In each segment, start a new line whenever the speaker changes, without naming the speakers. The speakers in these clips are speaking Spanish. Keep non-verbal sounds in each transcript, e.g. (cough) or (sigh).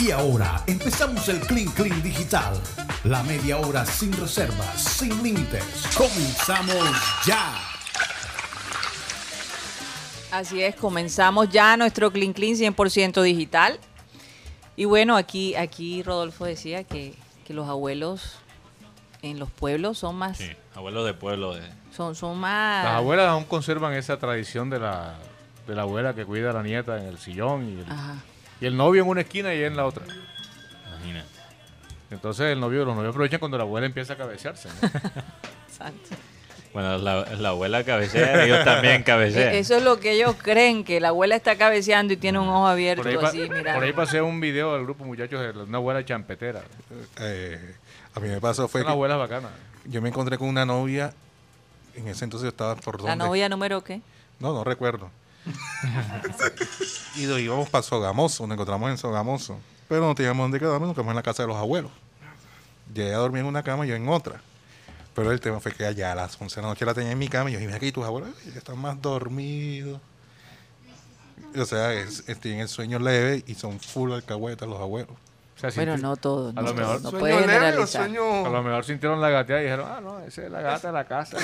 Y ahora empezamos el Clean Clean Digital. La media hora sin reservas, sin límites. Comenzamos ya.
Así es, comenzamos ya nuestro Clean Clean 100% digital. Y bueno, aquí, aquí Rodolfo decía que, que los abuelos en los pueblos son más...
Sí, abuelo de pueblo. eh, De...
Son, son más...
Las abuelas aún conservan esa tradición de la, de la abuela que cuida a la nieta en el sillón y el,
Ajá.
y el novio en una esquina y ella en la otra.
Imagínate.
Entonces el novio, los novios aprovechan cuando la abuela empieza a cabecearse.
(laughs)
¿no?
Exacto.
Bueno, la, la abuela cabecea,
(laughs)
ellos también cabecean.
E- Eso es lo que ellos creen, que la abuela está cabeceando y tiene un ojo abierto
Por, ahí pa-
así, mira.
por ahí pasé un video del grupo muchachos de una abuela champetera.
Eh, a mí me pasó fue
Son
que
abuelas bacanas.
yo me encontré con una novia. En ese entonces yo estaba por
¿La
donde-
novia número qué?
No,
(laughs)
no recuerdo. y lo íbamos para Sogamoso, nos encontramos en Sogamoso. Pero no teníamos dónde quedarnos, nos quedamos en la casa de los abuelos. Y ella dormía en una cama y yo en otra. Pero el tema fue que allá a las 11 de la noche la tenía en mi cama y yo dije, mira aquí tus abuelos "Ay, ya están más dormidos. O sea, es, es- tienen el sueño leve y son full alcahuetas los abuelos.
O sea,
Bueno,
sinti-
no todo.
a
No,
lo
todo,
mejor
no
¿Sueño
puede
leve o
generalizar.
A lo
sueño...?
mejor sintieron la gateada y dijeron, ah, no, esa es la gata de la
(laughs)
casa.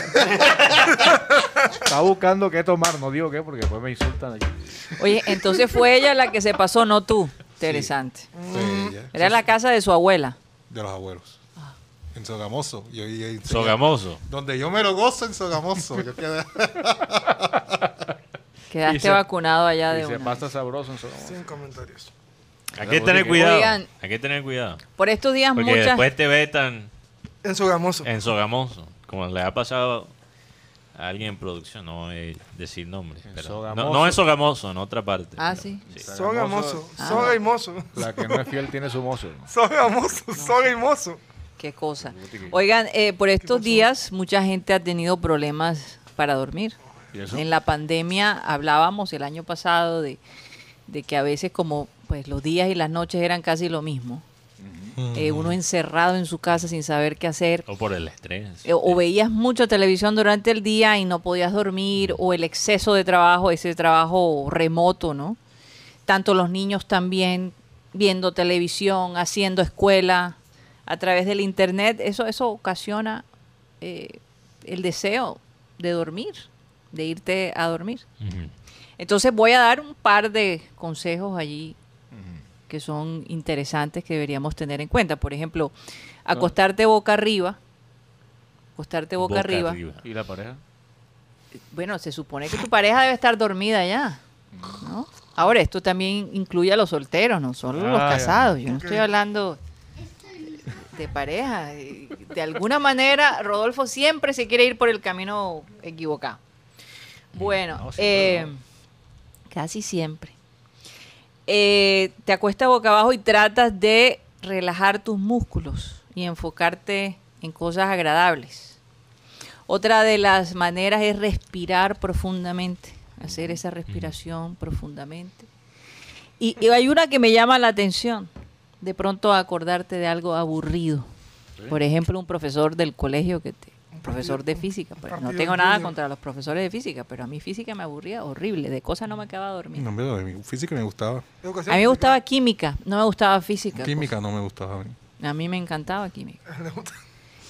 Está buscando qué tomar, no digo qué, porque después me insultan aquí.
(laughs)
Oye, entonces fue ella la que se pasó, no tú. Interesante.
Sí, ya.
Era la casa de su abuela.
de los abuelos.
Ah.
En Sogamoso. Yo, yo- yo-
Sogamoso.
Donde yo me lo gozo en Sogamoso. Yo quedé-
Quedaste
Y se-
vacunado allá
Y
de
se
una.
pasa sabroso en su
Sin comentarios.
Hay que tener cuidado.
Oigan.
Hay que tener cuidado.
Por estos días
Porque
muchas...
después te vetan
(laughs) En su gamoso.
en Sogamoso. Como le ha pasado a alguien en producción. No voy a decir nombres.
En
pero- no,
Sogamoso.
no en Sogamoso, en otra parte.
Ah,
pero-
sí.
Soga mozo.
Ah.
Soga y mozo.
La que no es fiel tiene su mozo. ¿no?
Soga mozo. Soga y mozo.
Qué cosa. Oigan, eh, por estos días mucha gente ha tenido problemas para dormir.
¿Y eso?
En la pandemia hablábamos el año pasado de, de que a veces como pues los días y las noches eran casi lo mismo.
Mm.
Eh, uno encerrado en su casa sin saber qué hacer.
O por el estrés.
eh, O veías mucha televisión durante el día y no podías dormir, o el exceso de trabajo, ese trabajo remoto, ¿no? Tanto los niños también viendo televisión, haciendo escuela a través del internet, eso, eso ocasiona eh, el deseo de dormir, de irte a dormir.
Ujú.
Entonces voy a dar un par de consejos allí que son interesantes que deberíamos tener en cuenta. Por ejemplo,
Ah.
acostarte boca arriba. Acostarte boca, arriba.
¿Y la pareja?
Bueno, se supone que tu pareja debe estar dormida ya. ¿no? Ahora, esto también incluye a los solteros, no solo los
Ah, ya.
casados. Yo no
Ok.
estoy hablando de pareja. De alguna manera, Rodolfo siempre se quiere ir por el camino equivocado. Bueno,
Mm, No, sí,
eh,
pero-
casi siempre. Eh, te acuestas boca abajo y tratas de relajar tus músculos y enfocarte en cosas agradables. Otra de las maneras es respirar profundamente, hacer esa respiración profundamente. Y, y hay una que me llama la atención, de pronto acordarte de algo aburrido. Por ejemplo, un profesor del colegio que te... Un profesor de física. pero no
partido
tengo nada
tuyo.
contra los profesores de física, pero a mí física me aburría horrible, de cosas no me acababa de dormir.
no, hombre, mi física me gustaba.
A mí me gustaba química, no me gustaba física.
Química no me gustaba. a mí.
A mí me encantaba química.
Entonces-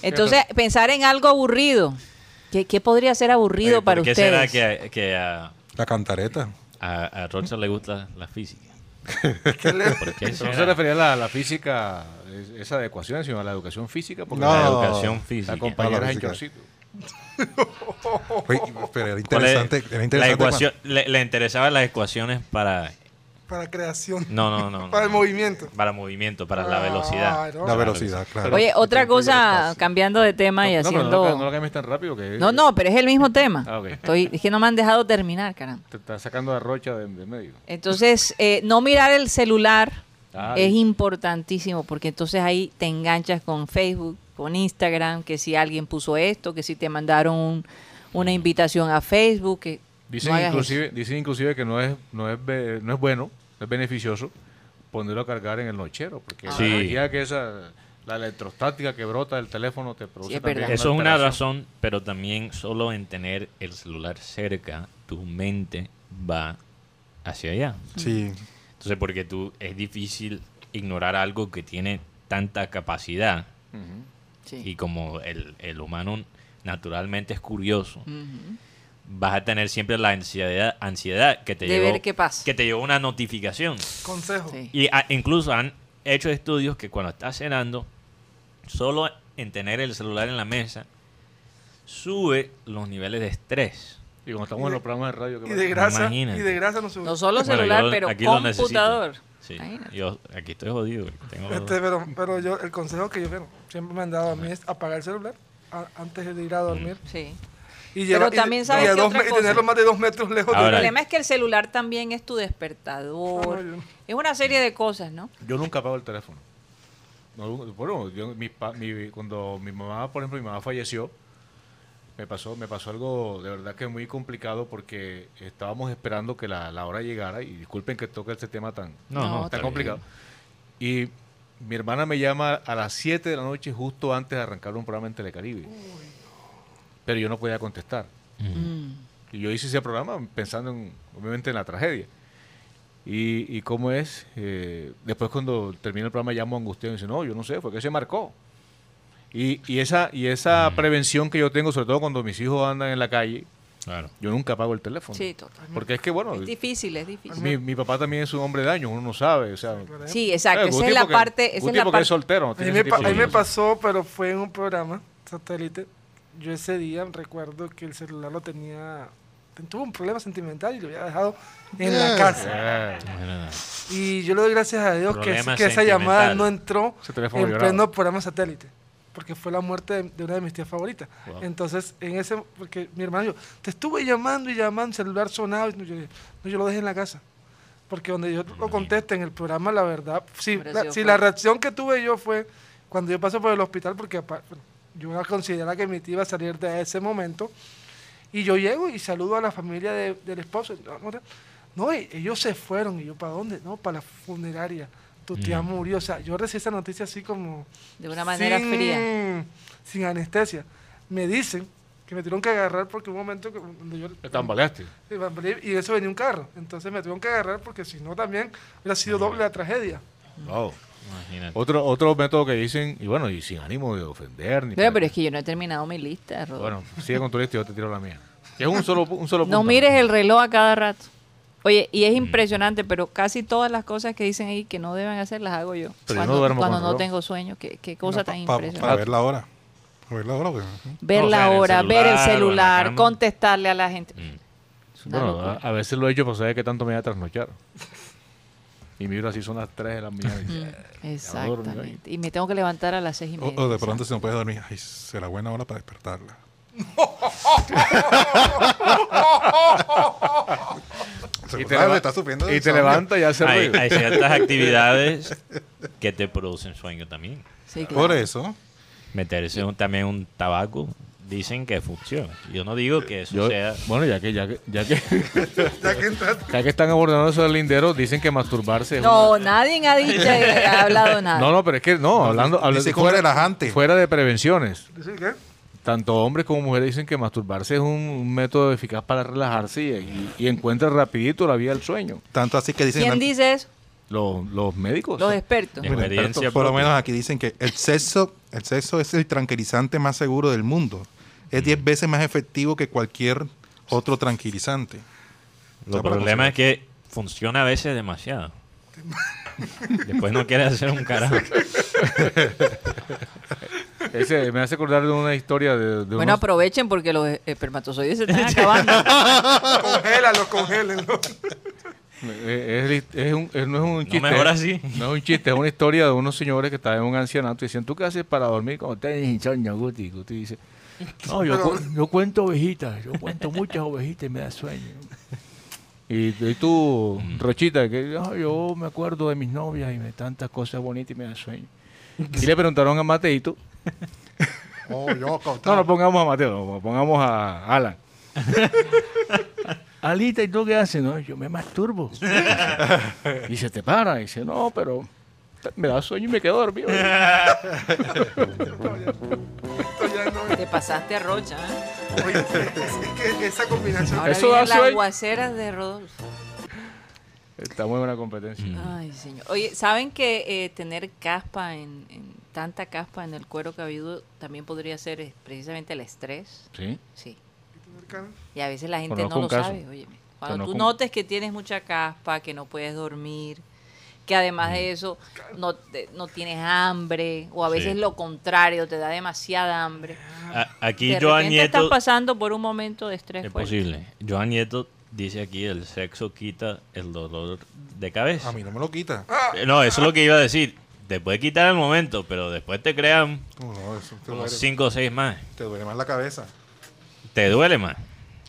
Entonces, pensar en algo aburrido. ¿Qué, qué podría ser aburrido
Oye, ¿por
para
qué será
ustedes?
que, que a,
La cantareta.
a, a Rocha le gusta la física? ¿Por
(laughs)
qué
Pero no se
será?
refería a la, la física, es- esa adecuación, sino a la educación física, porque
No.
La
la,
educación física.
la compañera
No, la
es en
física.
chorcito.
Oh.
Oye, pero
¿Cuál es?
era interesante. Era interesante
La ecuación, le, le interesaban las ecuaciones para...
Para creación.
No, no, no. no.
Para el movimiento.
Para movimiento, para la
Ah,
velocidad.
no.
cuando- La velocidad, claro.
Oye, otra
Depende del
cosa,
espacio.
cambiando de tema y
No, no, pero
haciendo...
no, lo- no lo cambies tan rápido que...
No, no, pero es el mismo tema.
Ah, ok.
Estoy, es que no me han dejado terminar, caramba.
Te está sacando la rocha de, de medio.
Entonces, eh, no mirar el celular
Ah,
es
bien.
importantísimo porque entonces ahí te enganchas con Facebook, con Instagram, que si alguien puso esto, que si te mandaron un- una invitación a Facebook, que
Dicen,
no hagas
inclusive, dicen inclusive que no es, no, es, be- no es bueno, no es beneficioso ponerlo a cargar en el nochero, porque
Sí.
la energía que esa, la electrostática que brota del teléfono te produce
Sí, es
también
verdad.
Eso es una
alteración.
razón, pero también solo en tener el celular cerca, tu mente va hacia allá.
Sí.
Entonces, porque tú es difícil ignorar algo que tiene tanta capacidad
Sí.
y como el, el humano naturalmente es curioso, vas a tener siempre la ansiedad, ansiedad que te
De
llegó-
ver qué pasa.
que te llegó una notificación.
Consejo.
Sí.
Y ah, incluso han hecho estudios que cuando estás cenando, solo en tener el celular en la mesa, sube los niveles de estrés.
Y cuando estamos en los programas de radio, ¿qué
Y
pasa?
de grasa.
Imagínate.
Y de grasa no sube.
No solo
Bueno,
celular,
yo
pero
aquí lo necesito.
computador.
Sí,
Imagínate.
yo aquí estoy jodido. porque tengo-
Este, pero, pero yo, el consejo que yo bueno, siempre me han dado a mí es apagar el celular a- antes de ir a dormir.
Sí.
Y
Pero
y-
también
y
sabes
a
que
dos
otra
me- y
cosa.
tenerlo más de dos metros lejos
Ahora,
de
El problema es que el celular también es tu despertador.
No, no, yo-
Es una serie de cosas, ¿no?
Yo nunca apago el teléfono. No, bueno, yo, mi, pa- mi- cuando mi mamá, por ejemplo, mi mamá falleció, me pasó, me pasó algo de verdad que muy complicado porque estábamos esperando que la, la hora llegara y disculpen que toque este tema tan,
No,
No, no,
está
tan
bien.
complicado. Y mi hermana me llama a las 7 de la noche justo antes de arrancar un programa en Telecaribe. Pero yo no podía contestar.
Mm.
Y yo hice ese programa pensando en, obviamente en la tragedia. Y, y cómo es, eh, después cuando termina el programa llamo a Angustiano y dice, no, yo no sé, fue que se marcó. Y, y esa, y esa
Mm.
prevención que yo tengo, sobre todo cuando mis hijos andan en la calle,
Claro.
yo nunca apago el teléfono.
Sí, total.
Porque es que, bueno,
Es difícil, es difícil.
mi, mi papá también es un hombre de daño, uno no sabe. O sea,
Sí,
Eh,
exacto. Esa
Guti
es la
porque-
parte. Esa
Guti
es la
porque
parte.
es soltero. no
A mí,
tiene
me,
ese
pa-
tipo
a mí
de
me
cosas.
pasó, pero fue en un programa satélite. Yo ese día recuerdo que el celular lo tenía. Tuvo un problema sentimental y lo había dejado en la
Yes.
casa.
Eh,
Y yo le doy gracias a Dios que,
Problema
que esa llamada
sentimental.
no entró
Ese teléfono
en
vibraba.
pleno programa satélite. Porque fue la muerte de, de una de mis tías favoritas. Entonces, en ese. Porque mi hermano, yo, te estuve llamando y llamando, el celular sonaba. Y yo, dije, no, yo lo dejé en la casa. Porque donde yo lo conteste en el programa, la verdad, sí,
Hubiera
la,
sido
sí, la
fuerte.
reacción que tuve yo fue cuando yo pasé por el hospital, porque apa- bueno, yo no consideraba que mi tía iba a salir de ese momento. Y yo llego y saludo a la familia de- del esposo. No, no, no, y ellos se fueron. ¿Y yo para dónde? No, para la funeraria. Tu tía murió. O sea, yo recibí esa noticia así como...
De una manera
sin-
fría.
Sin anestesia. Me dicen que me tuvieron que agarrar porque hubo un momento que, donde yo...
Te tambaleaste.
Y van a venir- Y eso venía un carro. Entonces me tuvieron que agarrar porque si no también hubiera sido doble la tragedia.
Wow.
Imagínate.
Otro, otro método que dicen, y bueno, y sin ánimo de ofender. Ni
Pero, pero es que yo no he terminado mi lista, Rodolfo.
Bueno, sigue con tu lista y yo te tiro la mía. Que es un solo, pu- un solo punto.
No mires el reloj a cada rato. Oye, y es impresionante, pero casi todas las cosas que dicen ahí que no deben hacer las hago yo.
Pero yo no
cuando
duermo
cuando
con
no
reloj.
tengo sueño, qué, qué cosa
No,
tan
pa- pa-
impresionante.
Para ver la hora. Para ver la hora, pues. güey.
ver
O sea,
la
en el
hora, ver el
celular o en la
celular,
cama.
contestarle a la gente.
Mm.
Es una
Bueno, a,
locura.
a veces lo he hecho para saber qué tanto me voy a trasnochar. Y miro así, son las 3 de la mañana. y-
Exactamente. Y me tengo que levantar a las seis y
O,
media.
o de pronto si no puedes dormir, ay, será buena hora para
(laughs)
despertarla.
Y
Seguro,
leva-
está sufriendo de
y te
insomnio.
levanta y hace
Hay,
ruido.
hay ciertas actividades que te producen sueño también.
Sí, claro.
Por eso,
Meterse un- también un tabaco dicen que funciona. Yo no digo que eso
Yo-
sea...
bueno, ya que, ya que, ya
(laughs)
que,
Ya que entraste.
ya que están abordando eso del lindero, dicen que masturbarse es
No, nadie ha dicho,
(laughs)
ha hablado nada.
No, no, pero es que no, hablando, hablando
dice que es relajante.
fuera de prevenciones.
¿Decir qué?
Tanto hombres como mujeres dicen que masturbarse es un, un método eficaz para relajarse y, y- y encuentra rapidito la vía del sueño.
tanto así que dicen...
¿Quién
la-
dice eso?
Los, los médicos.
Los expertos.
Bien.
Mira,
Experiencia
pero por lo
propia.
menos aquí dicen que el sexo, el sexo es el tranquilizante más seguro del mundo. Es
Mm.
10 veces más efectivo que cualquier otro tranquilizante.
El problema es que funciona a veces demasiado. Después no quieres hacer un carajo.
Ese me hace acordar de una historia de, de
Bueno,
unos-
aprovechen porque los espermatozoides se están acabando.
Congélalo, congélenlo. (laughs)
eh, es, es un- es- no es un chiste.
mejor así.
No es un chiste, es una historia de unos señores que estaban en un ancianato y decían, ¿tú qué haces para dormir cuando tienes insomnio, Guti? Guti dice, no, yo, cu- yo cuento ovejitas, yo cuento muchas ovejitas y me da sueño. Y, y tú,
Mm.
Rochita, que "Ah, yo me acuerdo de mis novias y de tantas cosas bonitas y me da sueño. Y le preguntaron a Mateito, no, no pongamos a Mateo, no, pongamos a Alan. Alita, ¿y tú qué haces? No, yo me masturbo.
(laughs)
y se te para, y dice, no, pero me da sueño y me quedo dormido.
Esto ya no es.
Te pasaste a Rocha. ¿eh?
Oye, es que esa combinación.
Ahora
Eso
vienen
da
las
sueño.
aguaceras de Rodolfo.
Está muy buena competencia.
Mm.
Ay, señor. Oye, ¿saben que eh, tener caspa, en, en- tanta caspa en el cuero cabelludo también podría ser eh, precisamente el estrés?
Sí.
Sí.
Tener cara.
Y a veces la gente
Conozco
no
un
lo
caso.
sabe. óyeme. Cuando
Conozco
tú
un-
notes que tienes mucha caspa, que no puedes dormir, que además de eso no, te- no tienes hambre, o a
Sí.
veces lo contrario, te da demasiada hambre.
A- aquí
de
Joan
repente
Nieto.
estás pasando por un momento de estrés.
Es
fuerte.
posible. Joan Nieto dice aquí: el sexo quita el dolor de
A
cabeza.
mí no me lo quita.
Ah.
Eh, No, eso es lo que iba a decir. Te puede quitar el momento, pero después te crean
No, no, eso te
como
duele,
5 o 6 más.
te duele más la cabeza.
Te duele más.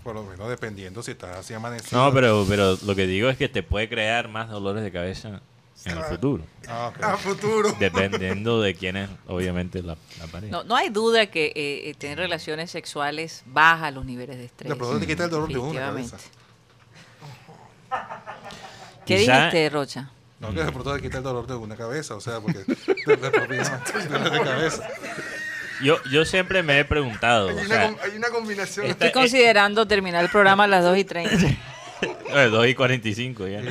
Por lo menos dependiendo si estás así amanecido.
No, pero, pero lo que digo es que te puede crear más dolores de cabeza en el futuro.
Ah, ok.
A futuro.
Dependiendo de quién es, obviamente, la, la pareja.
No, no hay duda que eh, eh, tener relaciones sexuales baja los niveles de estrés.
De pronto te quita el dolor de una cabeza.
Definitivamente. ¿Qué
Quizá-
dijiste, Rocha?
No,
Mm.
que de pronto te quita el dolor de una cabeza. O sea, porque de, de, problema,
(laughs)
dolor de cabeza.
Yo, yo siempre me he preguntado.
Hay
o
una,
sea,
com- hay una combinación.
esta-
Estoy considerando terminar el programa a las 2 y 30.
eh, 2 y 45 ya.
Y-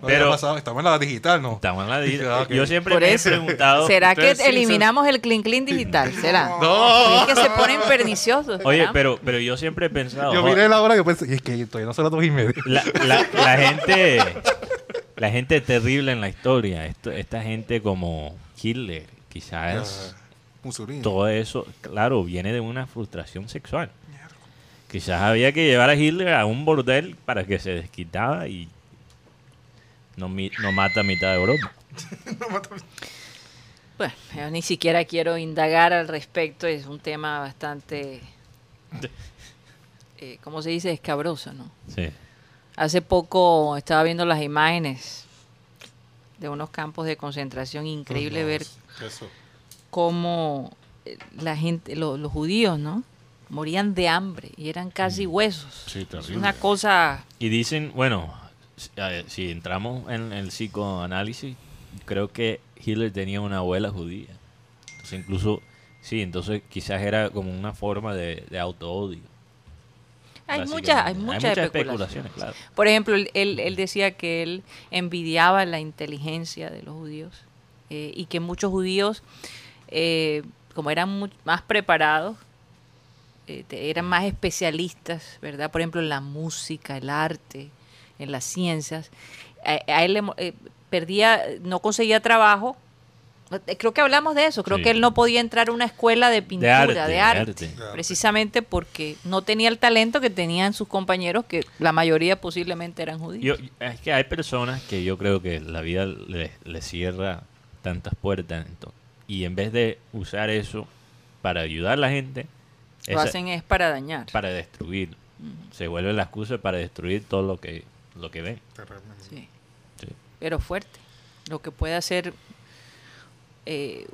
no
Pero-
había pasado, estamos en la digital, ¿no?
Estamos en la
Sí,
di-
ah, ok.
Yo siempre
Por
me he
eso.
preguntado.
¿Será que
ustedes sí
eliminamos el clean clean digital? ¿Será?
No.
Es que se ponen perniciosos.
Oye,
¿verdad?
pero, pero yo siempre he pensado.
Yo
jo-
miré la hora y yo pensé, y es que todavía no son las dos y media.
La, la- la gente la gente terrible en la historia esto- esta gente como Hitler quizás
Ah, Mussolini.
todo eso claro viene de una frustración sexual quizás había que llevar a Hitler a un bordel para que se desquitaba y no, mi- no mata a mitad de Europa
Bueno, yo ni siquiera quiero indagar al respecto. Es un tema bastante. eh, ¿Cómo se dice? Escabroso, ¿no?
sí
Hace poco estaba viendo las imágenes de unos campos de concentración. Increíble ver
Eso.
cómo eh, la gente, lo- los judíos, ¿no? Morían de hambre y eran casi huesos.
Sí,
es
terrible.
una cosa.
y dicen bueno si- a ver, si entramos en el psicoanálisis creo que Hitler tenía una abuela judía entonces incluso sí entonces quizás era como una forma de, de autoodio
Hay
básicamente.
muchas, hay muchas especulaciones.
especulaciones, claro.
Por ejemplo, él, él- él decía que él envidiaba la inteligencia de los judíos eh, y que muchos judíos, eh, como eran mu- más preparados, eh, te- eran más especialistas, ¿verdad? Por ejemplo, en la música, el arte, en las ciencias. A, a él le mo- eh, perdía, no conseguía trabajo. Eh, Creo que hablamos de eso. Creo
Sí.
que él no podía entrar a una escuela de pintura,
arte, de
de arte,
arte.
precisamente porque no tenía el talento que tenían sus compañeros, que la mayoría posiblemente eran
Yo,
judíos.
es que hay personas que yo creo que la vida le, le cierra tantas puertas ento- y en vez de usar eso para ayudar a la gente,
Lo
esa-
hacen es para dañar.
para destruir. Se vuelve la excusa para destruir todo lo que lo que ven.
Sí.
Sí.
Pero fuerte. Lo que puede hacer, eh,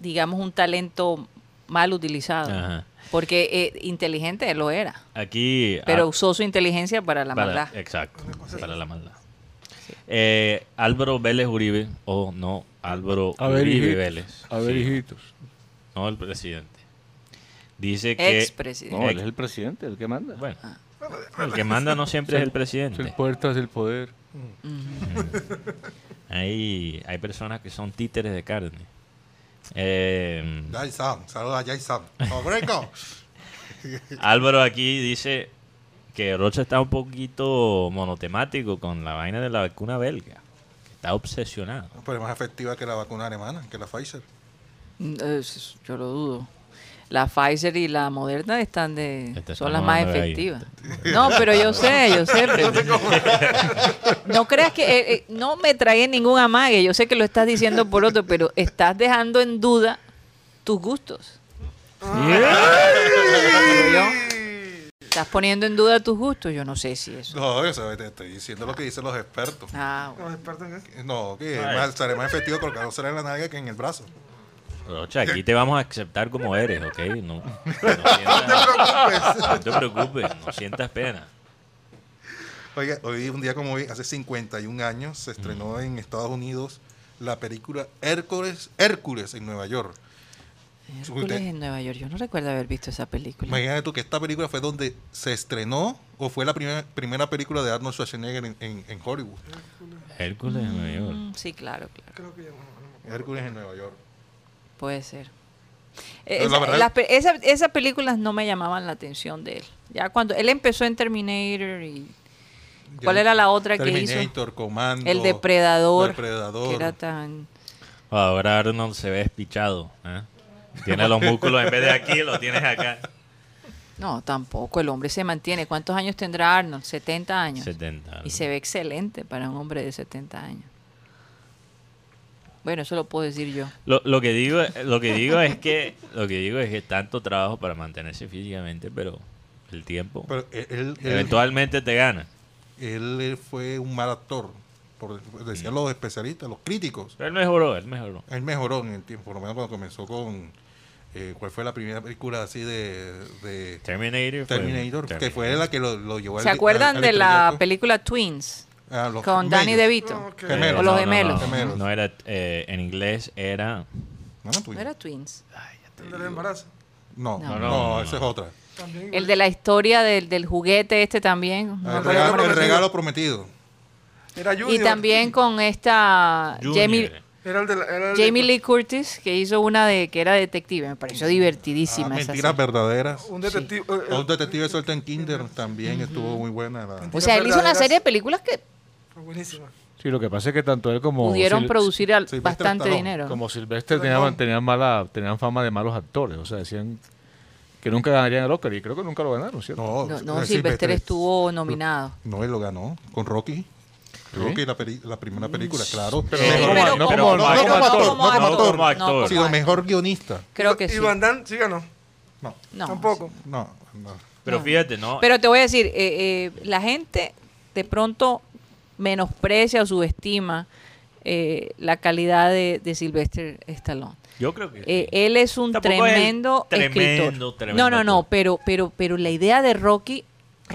digamos, un talento mal utilizado.
Ajá.
Porque eh, inteligente lo era,
Aquí
pero
ah,
usó su inteligencia para la
para-
maldad.
Exacto, para la maldad. Eh, Álvaro Vélez Uribe, o no, Álvaro
A ver,
Uribe
hijitos,
Vélez.
A ver,
sí,
hijitos.
No, el presidente. Dice que...
Ex presidente.
No, él es el presidente, el que manda.
Eh. Bueno, el que manda no siempre es el
Es el
presidente.
puertas del poder.
Hay, hay personas que son títeres de carne. Eh,
Jai Sam, saludos a Jai Sam.
(laughs)
¡Obreco!
Álvaro aquí dice que Rocha está un poquito monotemático con la vaina de la vacuna belga. que Está obsesionado.
Pero es más efectiva que la vacuna alemana, que la Pfizer.
Mm, es- Yo lo dudo. La Pfizer y la Moderna están de,
Te están
son las más
mamando gallo.
efectivas. No, pero yo sé, (laughs) yo sé. pero- no creas que eh, eh, no me trae ningún amague. Yo sé que lo estás diciendo por otro, pero estás dejando en duda tus gustos. ¿Oyó? Estás poniendo en duda tus gustos. Yo no sé si eso.
No, eso te estoy diciendo lo que dicen los expertos.
Ah, bueno.
Los expertos en eso.
No, que es más, será más efectivo colocándosela en la nalga que en el brazo.
Rocha, aquí te vamos a aceptar como eres, ¿ok? No, no sientas- no te preocupes, no sientas pena.
Oiga, hoy un día como hoy, hace 51 años, se estrenó en Estados Unidos la película Hércules, Hércules en Nueva York.
Hércules en Nueva York. Yo no recuerdo haber visto esa película.
Imagínate tú que esta película fue donde se estrenó o fue la primera, primera película de Arnold Schwarzenegger en, en- en Hollywood.
Hércules en Nueva York.
Mm, sí, claro, claro.
Creo que ya no, no me acuerdo.
Hércules en Nueva York.
Puede ser.
Pero
Eh,
la
esa-
verdad-
las pe- esa- esas películas no me llamaban la atención de él. Ya cuando él empezó en Terminator y ¿Cuál era la otra que hizo?
Terminator, Comando.
El Depredador,
Depredador.
que era tan...
Ahora Arnold se ve espichado. ¿eh? Tiene los músculos en vez de aquí, los tienes acá.
No, tampoco, el hombre se mantiene. ¿Cuántos años tendrá Arnold? 70 años.
70.
Y se ve excelente para un hombre de 70 años. Bueno, eso lo puedo decir yo.
Lo, lo que digo, lo que digo es que lo que digo es que tanto trabajo para mantenerse físicamente, pero el tiempo
Pero él, él- él-
eventualmente te gana.
él- él fue un mal actor, por decían los especialistas, los críticos.
Pero él mejoró, él mejoró.
Él mejoró en el tiempo, por lo menos cuando comenzó con... eh, ¿Cuál fue la primera película así de, de
Terminator. fue-
Terminator? Que fue la que lo, lo llevó al-
¿Se acuerdan
al- al
de la
estrellato?
película Twins
Ah, los
con Danny
gemelos.
DeVito?
No, que-
Gemelos.
O
no,
los
no,
gemelos.
No,
Gemelos.
No era eh, en inglés era
No, no, tú-
¿No era Twins?
El del embarazo.
No,
No.
no,
No, no, no,
esa es
no.
otra.
También.
El de la historia del, del juguete este también. no
El
recuerdo
regalo,
el
el
nombre.
regalo prometido.
Era Junior.
Y también con esta
Junior.
Jamie,
Era el de la- era el de-
Jamie Lee Curtis, que hizo una de que era detective. Me pareció divertidísima
Ah,
esa
mentiras
serie.
verdaderas.
Un detective. eh, eh,
Un detective suelto en Kinder también estuvo muy buena. la-
O sea, él hizo una
verdaderas.
serie de películas que
fue buenísima.
Sí, lo que pasa es que tanto él como.
pudieron
Sil-
producir al-
Sylvester
bastante
Stallone,
dinero.
Como Silvestre tenían, tenían, mala, tenían fama de malos actores. O sea, decían que nunca ganarían el Oscar y creo que nunca lo ganaron, ¿cierto?
No,
No, no,
eh,
Sylvester estuvo nominado.
No, él lo ganó con Rocky. Rocky, la, peli- la primera película, claro.
Pero
Sí,
no como-
pero-
no como-
no como actor, no como actor.
como actor.
ha sido mejor guionista.
Creo que sí.
Y Van Damme, sí ganó.
No,
No,
Tampoco.
no, no.
Pero fíjate, no.
Pero te voy a decir, eh, eh, la gente de pronto menosprecia o subestima eh, la calidad de, de Sylvester Stallone.
yo creo que
Eh, él es un
Tampoco es el
tremendo,
tremendo,
escritor.
tremendo
no, no, no,
actor.
pero, pero, pero la idea de Rocky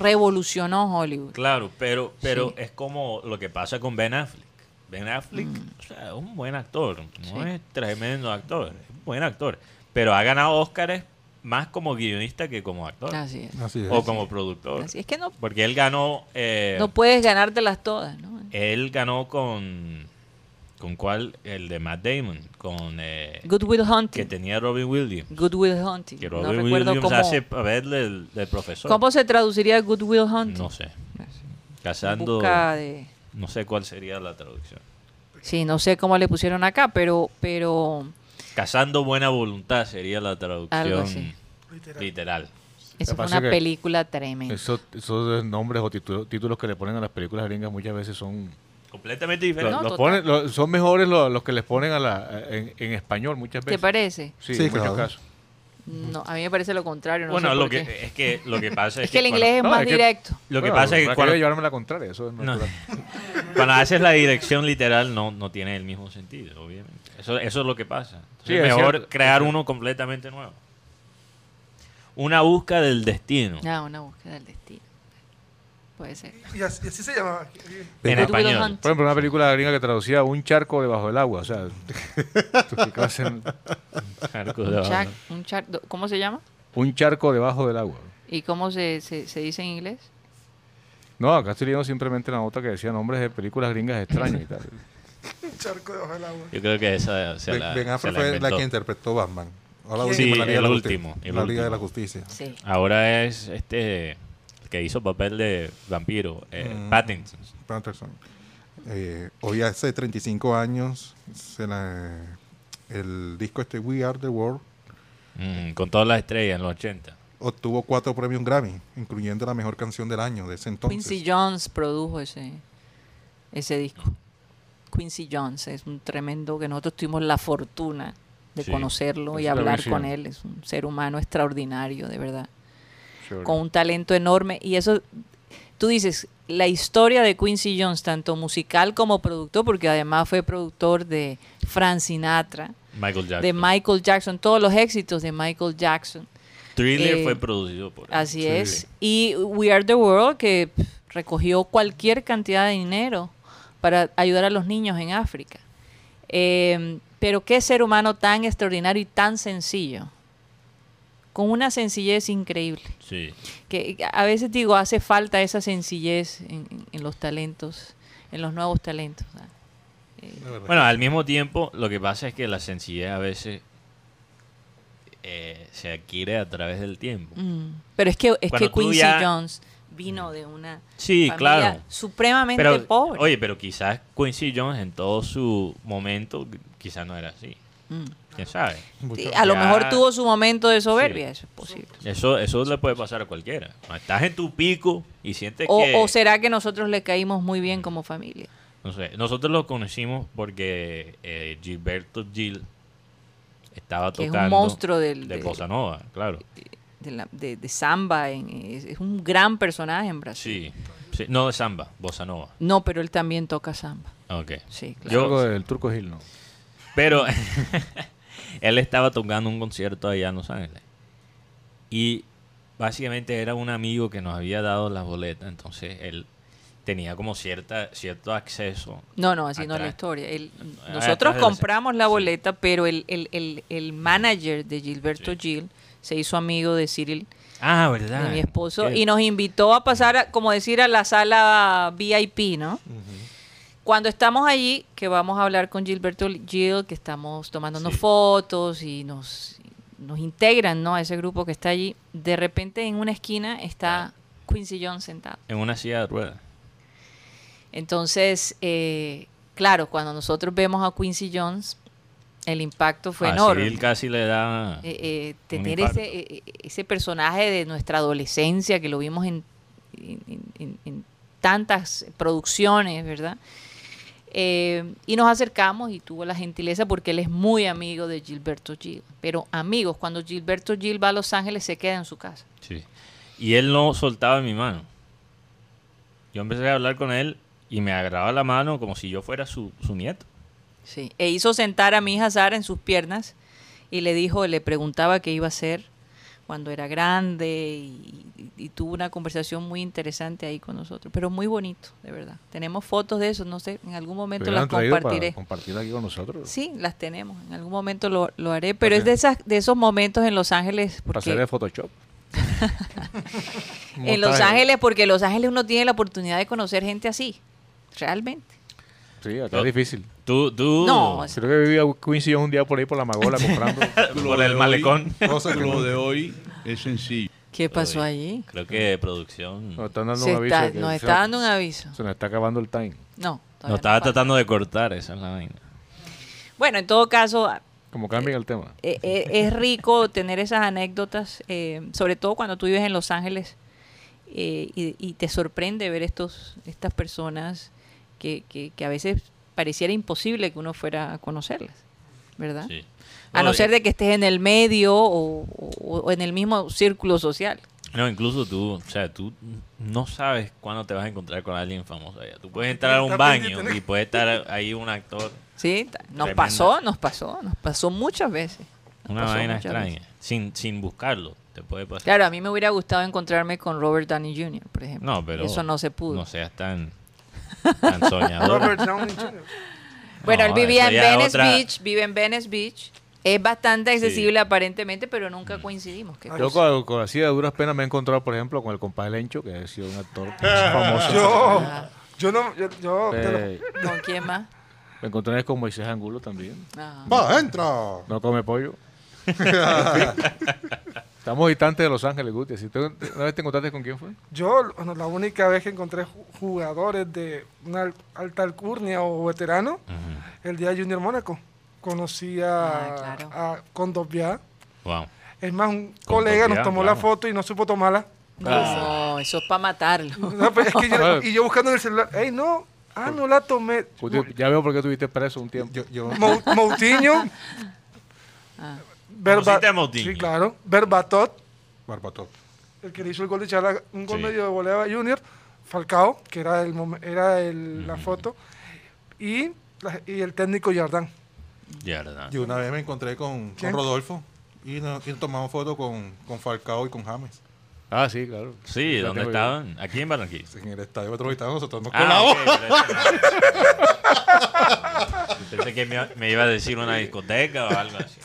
revolucionó Hollywood.
Claro, pero, pero
Sí.
es como lo que pasa con Ben Affleck. Ben Affleck o sea, es un buen actor, no
Mm. Sí.
es tremendo actor, es un buen actor. Pero ha ganado Óscares más como guionista que como actor
Así es.
Así es.
o como productor.
Así es que no,
Porque él ganó, eh,
no puedes ganártelas todas, ¿no?
él ganó con, ¿con cuál? El de Matt Damon, con eh,
Goodwill
que
Hunting.
tenía Robin Williams.
Goodwill Hunting.
Que
No
Robin
recuerdo
Williams
cómo,
hace papel del, del profesor.
cómo se traduciría Goodwill Hunting.
No sé. Casando,
Busca de-
no sé cuál sería la traducción.
Sí, no sé cómo le pusieron acá, pero, pero
Cazando buena voluntad sería la
Algo
traducción
así.
literal.
eso fue
pasa
una
que-
película tremenda.
Eso- esos nombres o titu- títulos que le ponen a las películas gringas muchas veces son.
Completamente
lo-
diferente.
No,
los
total.
ponen- lo- son mejores lo- los que les ponen a la, en, en español muchas
¿Te
veces.
parece?
Sí,
Sí,
en muchos
claro.
casos.
No, a mí me parece lo contrario. no
bueno,
sé por
lo que,
qué.
es que lo que pasa
(laughs)
es,
Es que el
cuando-
inglés es
no,
más
es que-
directo.
lo que
Bueno,
pasa es que
para
cuando,
quería llevarme la contraria, eso es
no,
natural.
cuando haces la dirección literal no, no tiene el mismo sentido, obviamente. Eso, eso es lo que pasa. Entonces,
Sí,
es
es
mejor
cierto, es
crear
cierto.
uno completamente nuevo. Una búsqueda del destino
Ah, una búsqueda del destino. Puede ser.
Y así, y así se llamaba.
en
Goodwill
español.
Hunting.
(laughs) Por ejemplo, una película gringa que traducía un charco debajo del agua. O (laughs) sea, ¿tú qué clase-
Arco
Un
de
char-
abajo.
un char- do- ¿Cómo se llama?
un charco debajo del agua.
¿Y cómo se, se, se dice en inglés?
No, acá estoy leyendo simplemente la nota que decía nombres de películas gringas extrañas y tal.
Un charco debajo del agua.
Yo creo que esa se
Ben,
la,
Ben
se
Affleck
la
fue la
inventó.
que interpretó Batman. Ahora
Sí,
último, en la Liga de
el
la
último,
Justicia.
el
La Liga de la
último.
Justicia.
Sí.
Ahora es este el que hizo papel de vampiro, eh,
Mm.
Pattinson.
Patterson. Eh, hoy hace 35 años se la- el disco este We Are the World
Mm, con todas las estrellas en los 80.
obtuvo cuatro premios Grammy, incluyendo la mejor canción del año de ese entonces.
Quincy Jones produjo ese, ese disco. Quincy Jones es un tremendo que nosotros tuvimos la fortuna de
Sí,
conocerlo y
está
hablar
buenísimo.
con él. Es un ser humano extraordinario, de verdad.
Chévere.
Con un talento enorme. Y eso, tú dices, la historia de Quincy Jones, tanto musical como productor, porque además fue productor de Frank Sinatra,
Michael Jackson.
de Michael Jackson, todos los éxitos de Michael Jackson.
Thriller
eh,
fue producido por él.
Así es. Y We Are the World, que pf, recogió cualquier cantidad de dinero para ayudar a los niños en África. Eh, Pero qué ser humano tan extraordinario y tan sencillo, con una sencillez increíble.
Sí.
Que a veces digo, hace falta esa sencillez en, en- en los talentos, en los nuevos talentos. ¿no?
Bueno, al mismo tiempo, lo que pasa es que la sencillez a veces eh, se adquiere a través del tiempo.
Mm. Pero es que, es que
Cuando tú
Quincy
ya-
Jones vino de una
Sí,
familia
claro.
supremamente
Pero,
pobre.
oye, pero quizás Quincy Jones en todo su momento, quizás no era así.
Mm. (laughs)
¿Quién sabe?
Sí, a lo
Ya-
mejor tuvo su momento de soberbia,
Sí.
eso es posible.
Eso, eso le puede pasar a cualquiera. Cuando Estás en tu pico y sientes
O,
que...
o será que nosotros le caímos muy bien como familia?
No sé, nosotros lo conocimos porque eh, Gilberto Gil estaba
Que es un
tocando...
monstruo del-
de
de-
Bossa Nova, claro.
De, la- de- de samba, en- es, es un gran personaje en Brasil.
Sí. sí. No de samba, Bossa Nova.
No, pero él también toca samba.
Ok.
Sí, claro.
Yo-
Algo del Turco Gil, no.
Pero (laughs) él estaba tocando un concierto allá en Los Ángeles. Y básicamente era un amigo que nos había dado las boletas, entonces él tenía como cierta cierto acceso.
No, no, así no es la
Atrás.
historia. Él-
Ah,
nosotros
atrás del-
compramos la
sí.
boleta, pero el, el- el- el manager de Gilberto
Sí.
Gil se hizo amigo de Cyril,
Ah,
de
¿verdad?
mi esposo,
Eh,
y nos invitó a pasar, a- como decir, a la sala VIP, ¿no? Cuando estamos allí, que vamos a hablar con Gilberto Gil, que estamos tomándonos
Sí.
fotos y nos, nos integran, ¿no? A ese grupo que está allí, de repente en una esquina está Quincy Jones sentado.
En una silla de ruedas.
Entonces, eh, claro, cuando nosotros vemos a Quincy Jones, el impacto fue
Ah,
enorme.
Cyril casi le da...
Eh, eh, tener
Ah, impacto.
ese, eh, eh, ese personaje de nuestra adolescencia que lo vimos en, en- en- en tantas producciones, ¿verdad? Eh, y nos acercamos y tuvo la gentileza porque él es muy amigo de Gilberto Gil. Pero amigos, cuando Gilberto Gil va a Los Ángeles se queda en su casa.
Sí. Y él no soltaba mi mano. Yo empecé a hablar con él y me agarraba la mano como si yo fuera su, su nieto.
Sí, e hizo sentar a mi hija Sara en sus piernas y le dijo, le preguntaba qué iba a hacer cuando era grande y, y- y tuvo una conversación muy interesante ahí con nosotros, pero muy bonito, de verdad. Tenemos fotos de eso, no sé, en algún momento
Lo
las
hubieran traído para
compartiré.
compartir aquí con nosotros.
Sí, las tenemos, en algún momento lo, lo haré, pero es
Ok.
de esas de esos momentos en Los Ángeles
Para hacer
porque
el Photoshop.
(laughs) en Los
montaje.
Ángeles porque en Los Ángeles uno tiene la oportunidad de conocer gente así, realmente.
Sí, acá
No.
es difícil.
Tú, tú...
No,
Creo que vivía Quincy Jones un día por ahí por
(laughs)
la magola comprando.
por el malecón.
Cosa que
Lo
no-
de hoy es sencillo.
¿Qué pasó allí?
(laughs) Creo que producción...
Nos están dando
Se
un aviso.
está-
de que
nos
se-
está dando un aviso.
Se nos está acabando el time.
No, todavía
No estaba
falta.
tratando de cortar, esa es la vaina.
Bueno, en todo caso,
Como cambien el tema.
Eh, eh, es rico tener esas anécdotas, eh, sobre todo cuando tú vives en Los Ángeles eh, y, y te sorprende ver estos estas personas que, que- que a veces pareciera imposible que uno fuera a conocerlas, ¿verdad?
Sí.
¿Ah? A no
y-
ser de que estés en el medio o, o- o en el mismo círculo social.
No, incluso tú, o sea, tú no sabes cuándo te vas a encontrar con alguien famoso allá. Tú puedes entrar a un
Está
baño
pendiente, ¿no?
y puede estar ahí un actor,
¿sí? Ta- Nos
Tremenda.
pasó, nos pasó, nos pasó muchas veces. Nos
una
pasó
vaina
muchas
extraña,
veces.
sin, sin buscarlo, te puede pasar.
Claro, a mí me hubiera gustado encontrarme con Robert Downey Jr., por ejemplo.
No, pero
Eso no se pudo.
No seas tan, tan
Ah.
soñador.
Robert Downey
(laughs)
Jr.
Bueno,
No,
él vivía
eso
en
ya es
Venice
otra-
Beach, vive en Venice Beach. Es bastante accesible aparentemente, pero nunca
Mm.
coincidimos. qué
Yo
cosa.
con, con- así de duras penas me he encontrado, por ejemplo, con el compadre Lencho, que ha sido un actor (laughs)
Ah.
famoso.
Yo, yo no, yo, yo te lo-
Eh,
¿Con quién más?
me encontré una vez con Moisés Angulo también.
Ah.
¡Va adentro!
No come (laughs) pollo. En fin. Estamos distantes de Los Ángeles, Guti. Si tú- ¿Una vez te encontraste con quién fue?
yo, bueno, la única vez que encontré ju- jugadores de una al- alta alcurnia o veterano,
Ah.
el día de Junior Mónaco. Conocí a,
Ah, claro.
a Condovia.
Wow.
Es más, un
Con
colega
Dobiá,
nos tomó la
claro.
foto y no supo tomarla.
No, eso es para matarlo.
No, pues, es que yo- y yo buscando en el celular, ¡ey, no! Ah, no la tomé.
Guti, ya veo por qué estuviste preso un tiempo.
Yo, yo,
Mou- Moutinho. Ah.
Conociste a Moutinho.
Sí, claro. Berbatot,
Barbato.
el que le hizo el gol de Chala, un gol
Sí.
medio de volea a Junior. Falcao, que era, el, mom- era el- la foto. Y, la- y el técnico Jardán.
Ya, ¿verdad?
Yo una vez me encontré con, con
¿Quién?
Rodolfo y, nos, y tomamos fotos con, con Falcao y con James.
Ah, sí, claro.
Sí,
Ya
¿dónde
tengo
estaban? Aquí en Barranquilla.
Ah, En el estadio metropolitano nosotros nos
Ah,
colamos.
(laughs) ok, pero eso Pensé que me, me iba a decir una discoteca o algo así.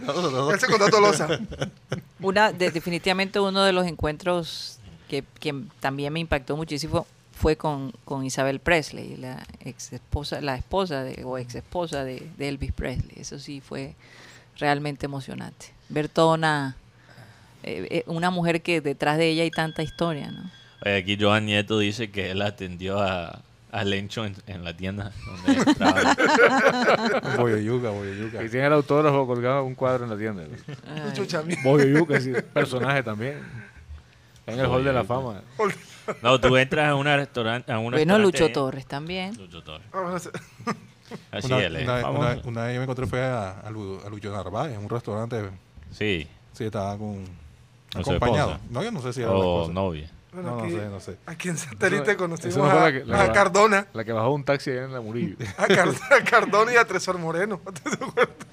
Nosotros-
Él se contrató a (laughs) Loza.
(laughs) Una, de- definitivamente uno de los encuentros que, que también me impactó muchísimo fue con, con Isabel Presley, la ex esposa, la esposa de, o ex esposa de, de Elvis Presley. Eso sí fue realmente emocionante. Ver toda una, eh, eh, una mujer que detrás de ella hay tanta historia, ¿no?
Oye, aquí Joan Nieto dice que él atendió a, a Lencho en, en la tienda donde él
(laughs)
trabaja.
Boyoyuga, Boyoyuga.
Y tiene el autógrafo colgado un cuadro en la tienda.
Ay,
Chucha, mi-
Boyoyuca, sí, (laughs) personaje también. En el Hall de la Fama.
No, tú entras a una restaurante. A un
bueno,
restaurante-
Lucho Torres también.
Lucho Torres.
Ah, no sé.
Así
Una,
él es.
una-
famoso.
una- una vez yo me encontré fue a, a, Lu- a Lucho Narváez en un restaurante.
Sí,
Sí, estaba con.
su
acompañado.
esposa. Oh,
No, yo no sé si era la
o
esposa.
novia.
Bueno,
No, no
aquí-
sé, no sé.
Aquí en Satélite conocimos
eso no fue
a,
la que- la-
a Cardona.
La que bajó un taxi allá en la Murillo.
A, Car- a Cardona y a Tresor Moreno. (laughs) ¿Te acuerdas?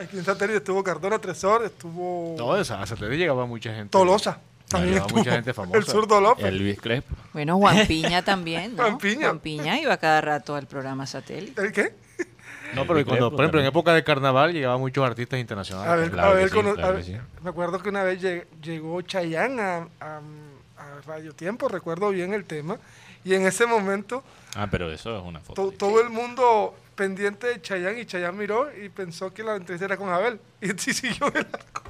Aquí en Satélite estuvo Cardona, Tresor, estuvo
No, de esa, a Satélite llegaba mucha gente.
Tolosa.
No,
También
llevaba
estuvo
mucha gente famosa.
el zurdo López.
El Luis Crespo.
Bueno,
(laughs)
Juan Piña también, ¿no?
Juan Piña.
iba cada rato al programa satélite.
¿El qué?
No, pero
El Crespo
cuando, por ejemplo, en
también.
época de carnaval llegaban muchos artistas internacionales.
A ver,
Ah, claro
a
que
ver,
sí,
cono-
claro
a
que
ver,
sí.
me acuerdo que una vez lle- llegó Chayán a, a- a Radio Tiempo, recuerdo bien el tema, y en ese momento
Ah, pero eso es una foto.
to- todo el mundo pendiente de Chayán y Chayán miró y pensó que la entrevista era con Abel, (laughs) y sí siguió el arco.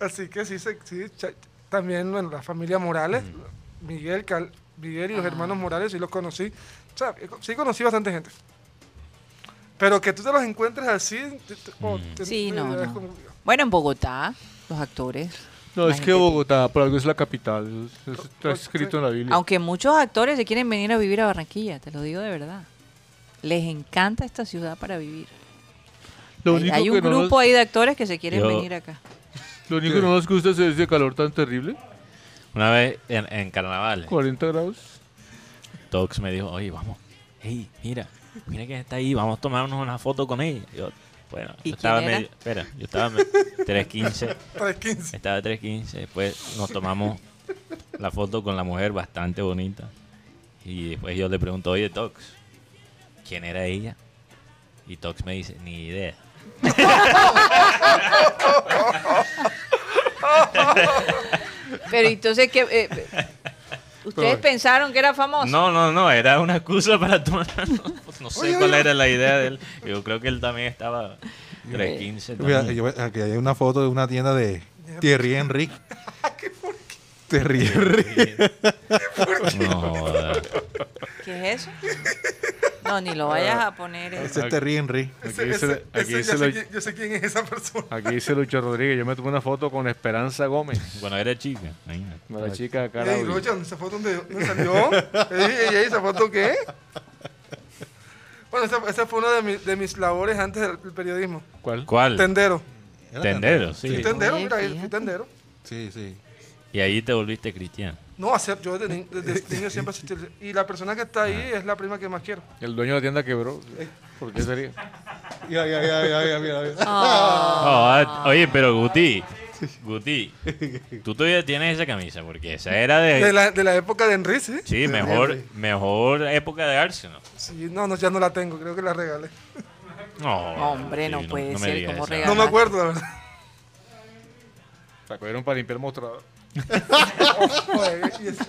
Así que sí, se, sí, Cha- también bueno, la familia Morales, Miguel, Cal- Miguel y
Ah.
los hermanos Morales, sí los conocí, o sea, eh, sí conocí bastante gente. Pero que tú te los encuentres así... te- te- oh,
Mm.
te-
Sí,
eh,
no,
es
no.
como-
Bueno, en Bogotá, los actores.
No, es que
Imagínate.
Bogotá, por algo es la capital. es- Está
Pues,
escrito en la Biblia.
Aunque muchos actores se quieren venir a vivir a Barranquilla, te lo digo de verdad. Les encanta esta ciudad para vivir.
Lo
hay,
único
hay un
que no nos-
grupo ahí de actores que se quieren
Yo-
venir acá.
Lo único que no nos gusta es ese calor tan terrible,
Una vez en, en carnaval,
40 grados.
Tox me dijo, oye, vamos. Hey, mira, mira que está ahí, vamos a tomarnos una foto con ella. Yo, bueno,
¿Y
yo estaba
quién era?
medio. Espera, yo estaba me- 315.
3.15.
Estaba 315. Después nos tomamos la foto con la mujer bastante bonita. Y después yo le pregunto, oye, Tox, ¿quién era ella? Y Tox me dice, ni idea.
Pero entonces, ¿qué, eh,
(laughs)
¿ustedes pensaron que era famoso?
No, no, no, era una excusa para tomar. (laughs) Pues No sé cuál era la idea de él. Yo creo que él también estaba 315.
Mira,
también.
yo ve- aquí hay una foto de una tienda de Thierry Henry. Thierry Henry.
No, joda.
¿Qué es eso? No, ni lo vayas a poner.
(laughs)
en-
Ese es Thierry Henry.
Aquí
Ese- ese-
dice, aquí
ese
dice
ya sé
Lu-
quién- yo sé quién es esa persona.
aquí dice Lucho Rodríguez, yo me tomé una foto con Esperanza Gómez,
Cuando era chica. imagínate.
con la chica de cara.
Ey, Rocha, ¿esa foto dónde, dónde salió? Ey, ey, ey, ¿esa foto qué? Bueno, esa, esa fue una de, mi- de mis labores antes del, del periodismo.
¿Cuál?
¿Cuál?
Tendero.
Tendero, sí.
Fui tendero,
Oye,
mira, ahí,
fíjate.
fui tendero.
Sí, sí.
Y ahí te volviste cristiano.
No, hacer, yo desde, ni- desde niño siempre asistí. Y la persona que está ahí es la prima que más quiero.
El dueño de la tienda quebró. ¿Por qué sería?
Ya, ya, ya, ya, ya, mira, mira.
Ah, oye, pero Guti, Guti, tú todavía tienes esa camisa porque esa era
De
de...
la, de la época de Enrique, ¿sí?
Sí, mejor, mejor época de Arsenal.
Sí, no, no, ya no la tengo, creo que la regalé.
No,
Hombre, no
sí,
puede
me
ser,
digas
¿cómo
esa.
regala?
No me acuerdo, la verdad. (laughs)
La cogieron para limpiar el mostrador.
Joder, Pues, y eso-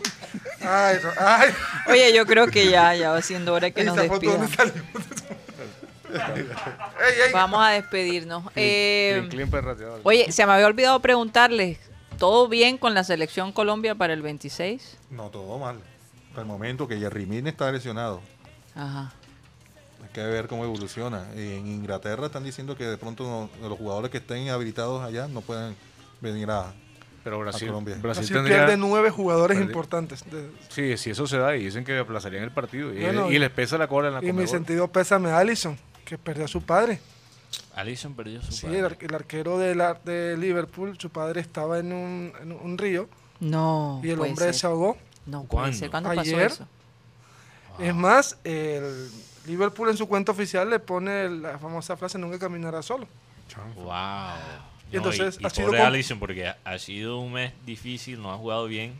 Ay, Ro- ay,
Oye, yo creo que ya, ya va siendo hora que nos
esa foto dónde
despidamos.
salió. (laughs) Ey, ey,
Vamos a despedirnos. Eh,
Clean, clean perrateador.
Oye, se me había olvidado preguntarles, ¿todo bien con la selección Colombia para el 26?
No, todo mal. Hasta el momento que Jerry está lesionado.
Ajá.
Hay que ver cómo evoluciona. En Inglaterra están diciendo que de pronto no- los jugadores que estén habilitados allá no pueden venir a...
Pero Brasil,
a Colombia.
Brasil,
Brasil
tendría...
pierde nueve jugadores
Perdi-
importantes. de-
Sí, si eso se da y dicen que aplazarían el partido. Y,
Bueno,
y les pesa la cola en la
y mi
Conmebol.
sentido pésame a Allison, que perdió a su padre.
Alisson perdió su
Sí,
padre.
el, ar- el arquero de, la- de Liverpool, su padre estaba en un, en un río
No.
y el
puede
hombre
ser.
se ahogó.
No, puede
¿Cuándo?
ser. ¿Cuándo pasó
Ayer.
eso?
Ah.
Es más, el Liverpool en su cuenta oficial le pone la famosa frase nunca caminará solo.
Wow.
Y entonces
y
ha sido
pobre
con-
Alisson, porque ha- ha sido un mes difícil, no ha jugado bien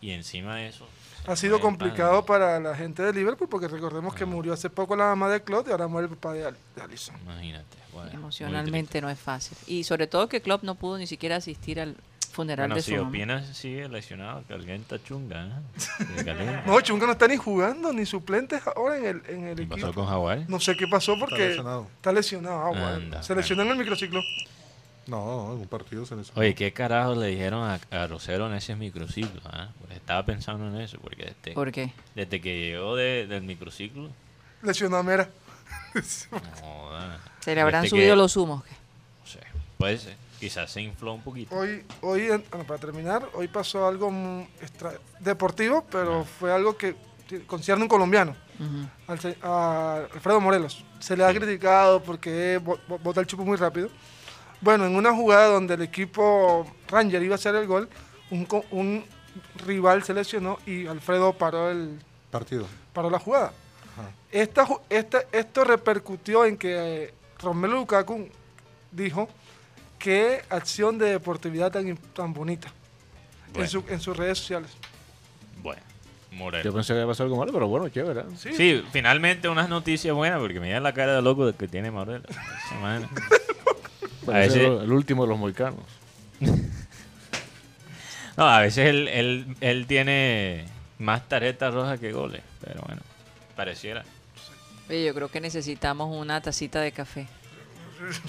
y encima de eso.
Ha sido
Bueno, Ah.
complicado para la gente de Liverpool porque recordemos que murió hace poco la mamá de Klopp y ahora muere el papá de, Al- de Alisson.
Imagínate. bueno, muy
Emocionalmente no es fácil. Y sobre todo que Klopp no pudo ni siquiera asistir al
triste.
funeral
Bueno,
de su
si
mamá.
opinas, sigue lesionado. Calienta chunga.
(laughs)
¿eh? Que calienta.
No, Chunga no está ni jugando ni suplentes ahora en el, en el
¿Qué
equipo.
pasó con Hawái?
No sé qué pasó porque está lesionado.
lesionado.
Ah, bueno.
Anda,
Se lesionó en el microciclo.
No, en un partido se lesionó.
Oye, ¿qué carajo le dijeron a, a Rosero en ese microciclo? ah? Pues estaba pensando en eso, porque desde,
¿Por qué?
desde que llegó de- del microciclo,
Lesionó a Mera.
no joda.
¿Se le habrán
Desde
subido
que-
los humos? ¿Qué?
No sé, puede ser. Quizás se infló un poquito.
Hoy, hoy en- bueno, para terminar, hoy pasó algo mm, extra- deportivo, pero fue algo que concierne a un colombiano.
Ujú.
al se- a Alfredo Morelos. Se le ha criticado porque bo- bo- bota el chupo muy rápido. Bueno, en una jugada donde el equipo Ranger iba a hacer el gol, un, co- un rival se lesionó y Alfredo paró, el,
Partido.
paró la jugada.
Ajá.
Esta, ju- esta- esto repercutió en que Romelu Lukaku dijo qué acción de deportividad tan, im- tan bonita en,
Bueno.
su- en sus redes sociales.
Bueno,
Yo
Moreno.
pensé que había pasado algo malo, pero bueno, chévere. ¿eh?
Sí,
Sí, finalmente unas noticias buenas, porque mira la cara de loco que tiene Moreno. Esa madre. A
Parece
veces-
el último de los moicanos.
No, a veces él, él, él tiene más tarjetas rojas que goles, pero bueno, pareciera.
Oye, yo creo que necesitamos una tacita de café.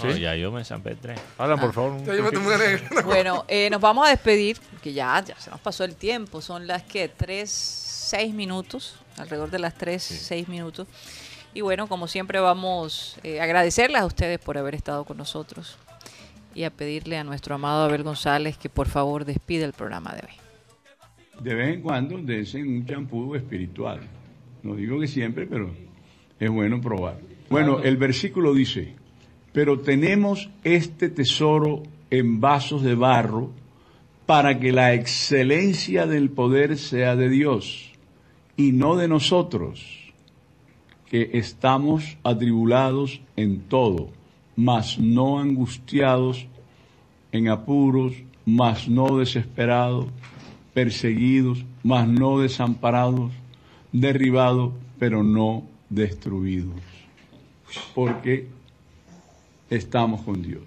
No, ya yo me zampé tres.
Alan, por favor. un
Ah. Ya yo me
poquito.
tomé una negra.
Bueno, eh, nos vamos a despedir, que ya, ya se nos pasó el tiempo. Son las que tres, seis minutos, alrededor de las tres, seis minutos. Y bueno, como siempre vamos eh, a agradecerles a ustedes por haber estado con nosotros y a pedirle a nuestro amado Abel González que por favor despida el programa de hoy.
de vez en cuando desen un champú espiritual. No digo que siempre, pero es bueno probar. Bueno, el versículo dice, pero tenemos este tesoro en vasos de barro para que la excelencia del poder sea de Dios y no de nosotros, que estamos atribulados en todo, mas no angustiados en apuros, mas no desesperados, perseguidos, mas no desamparados, derribados, pero no destruidos, porque estamos con Dios.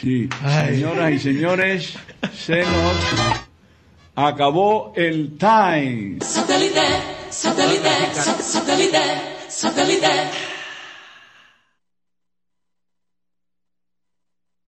Sí, señoras y señores, se nos acabó el time.
satellite, satellite, satellite, satellite, satellite.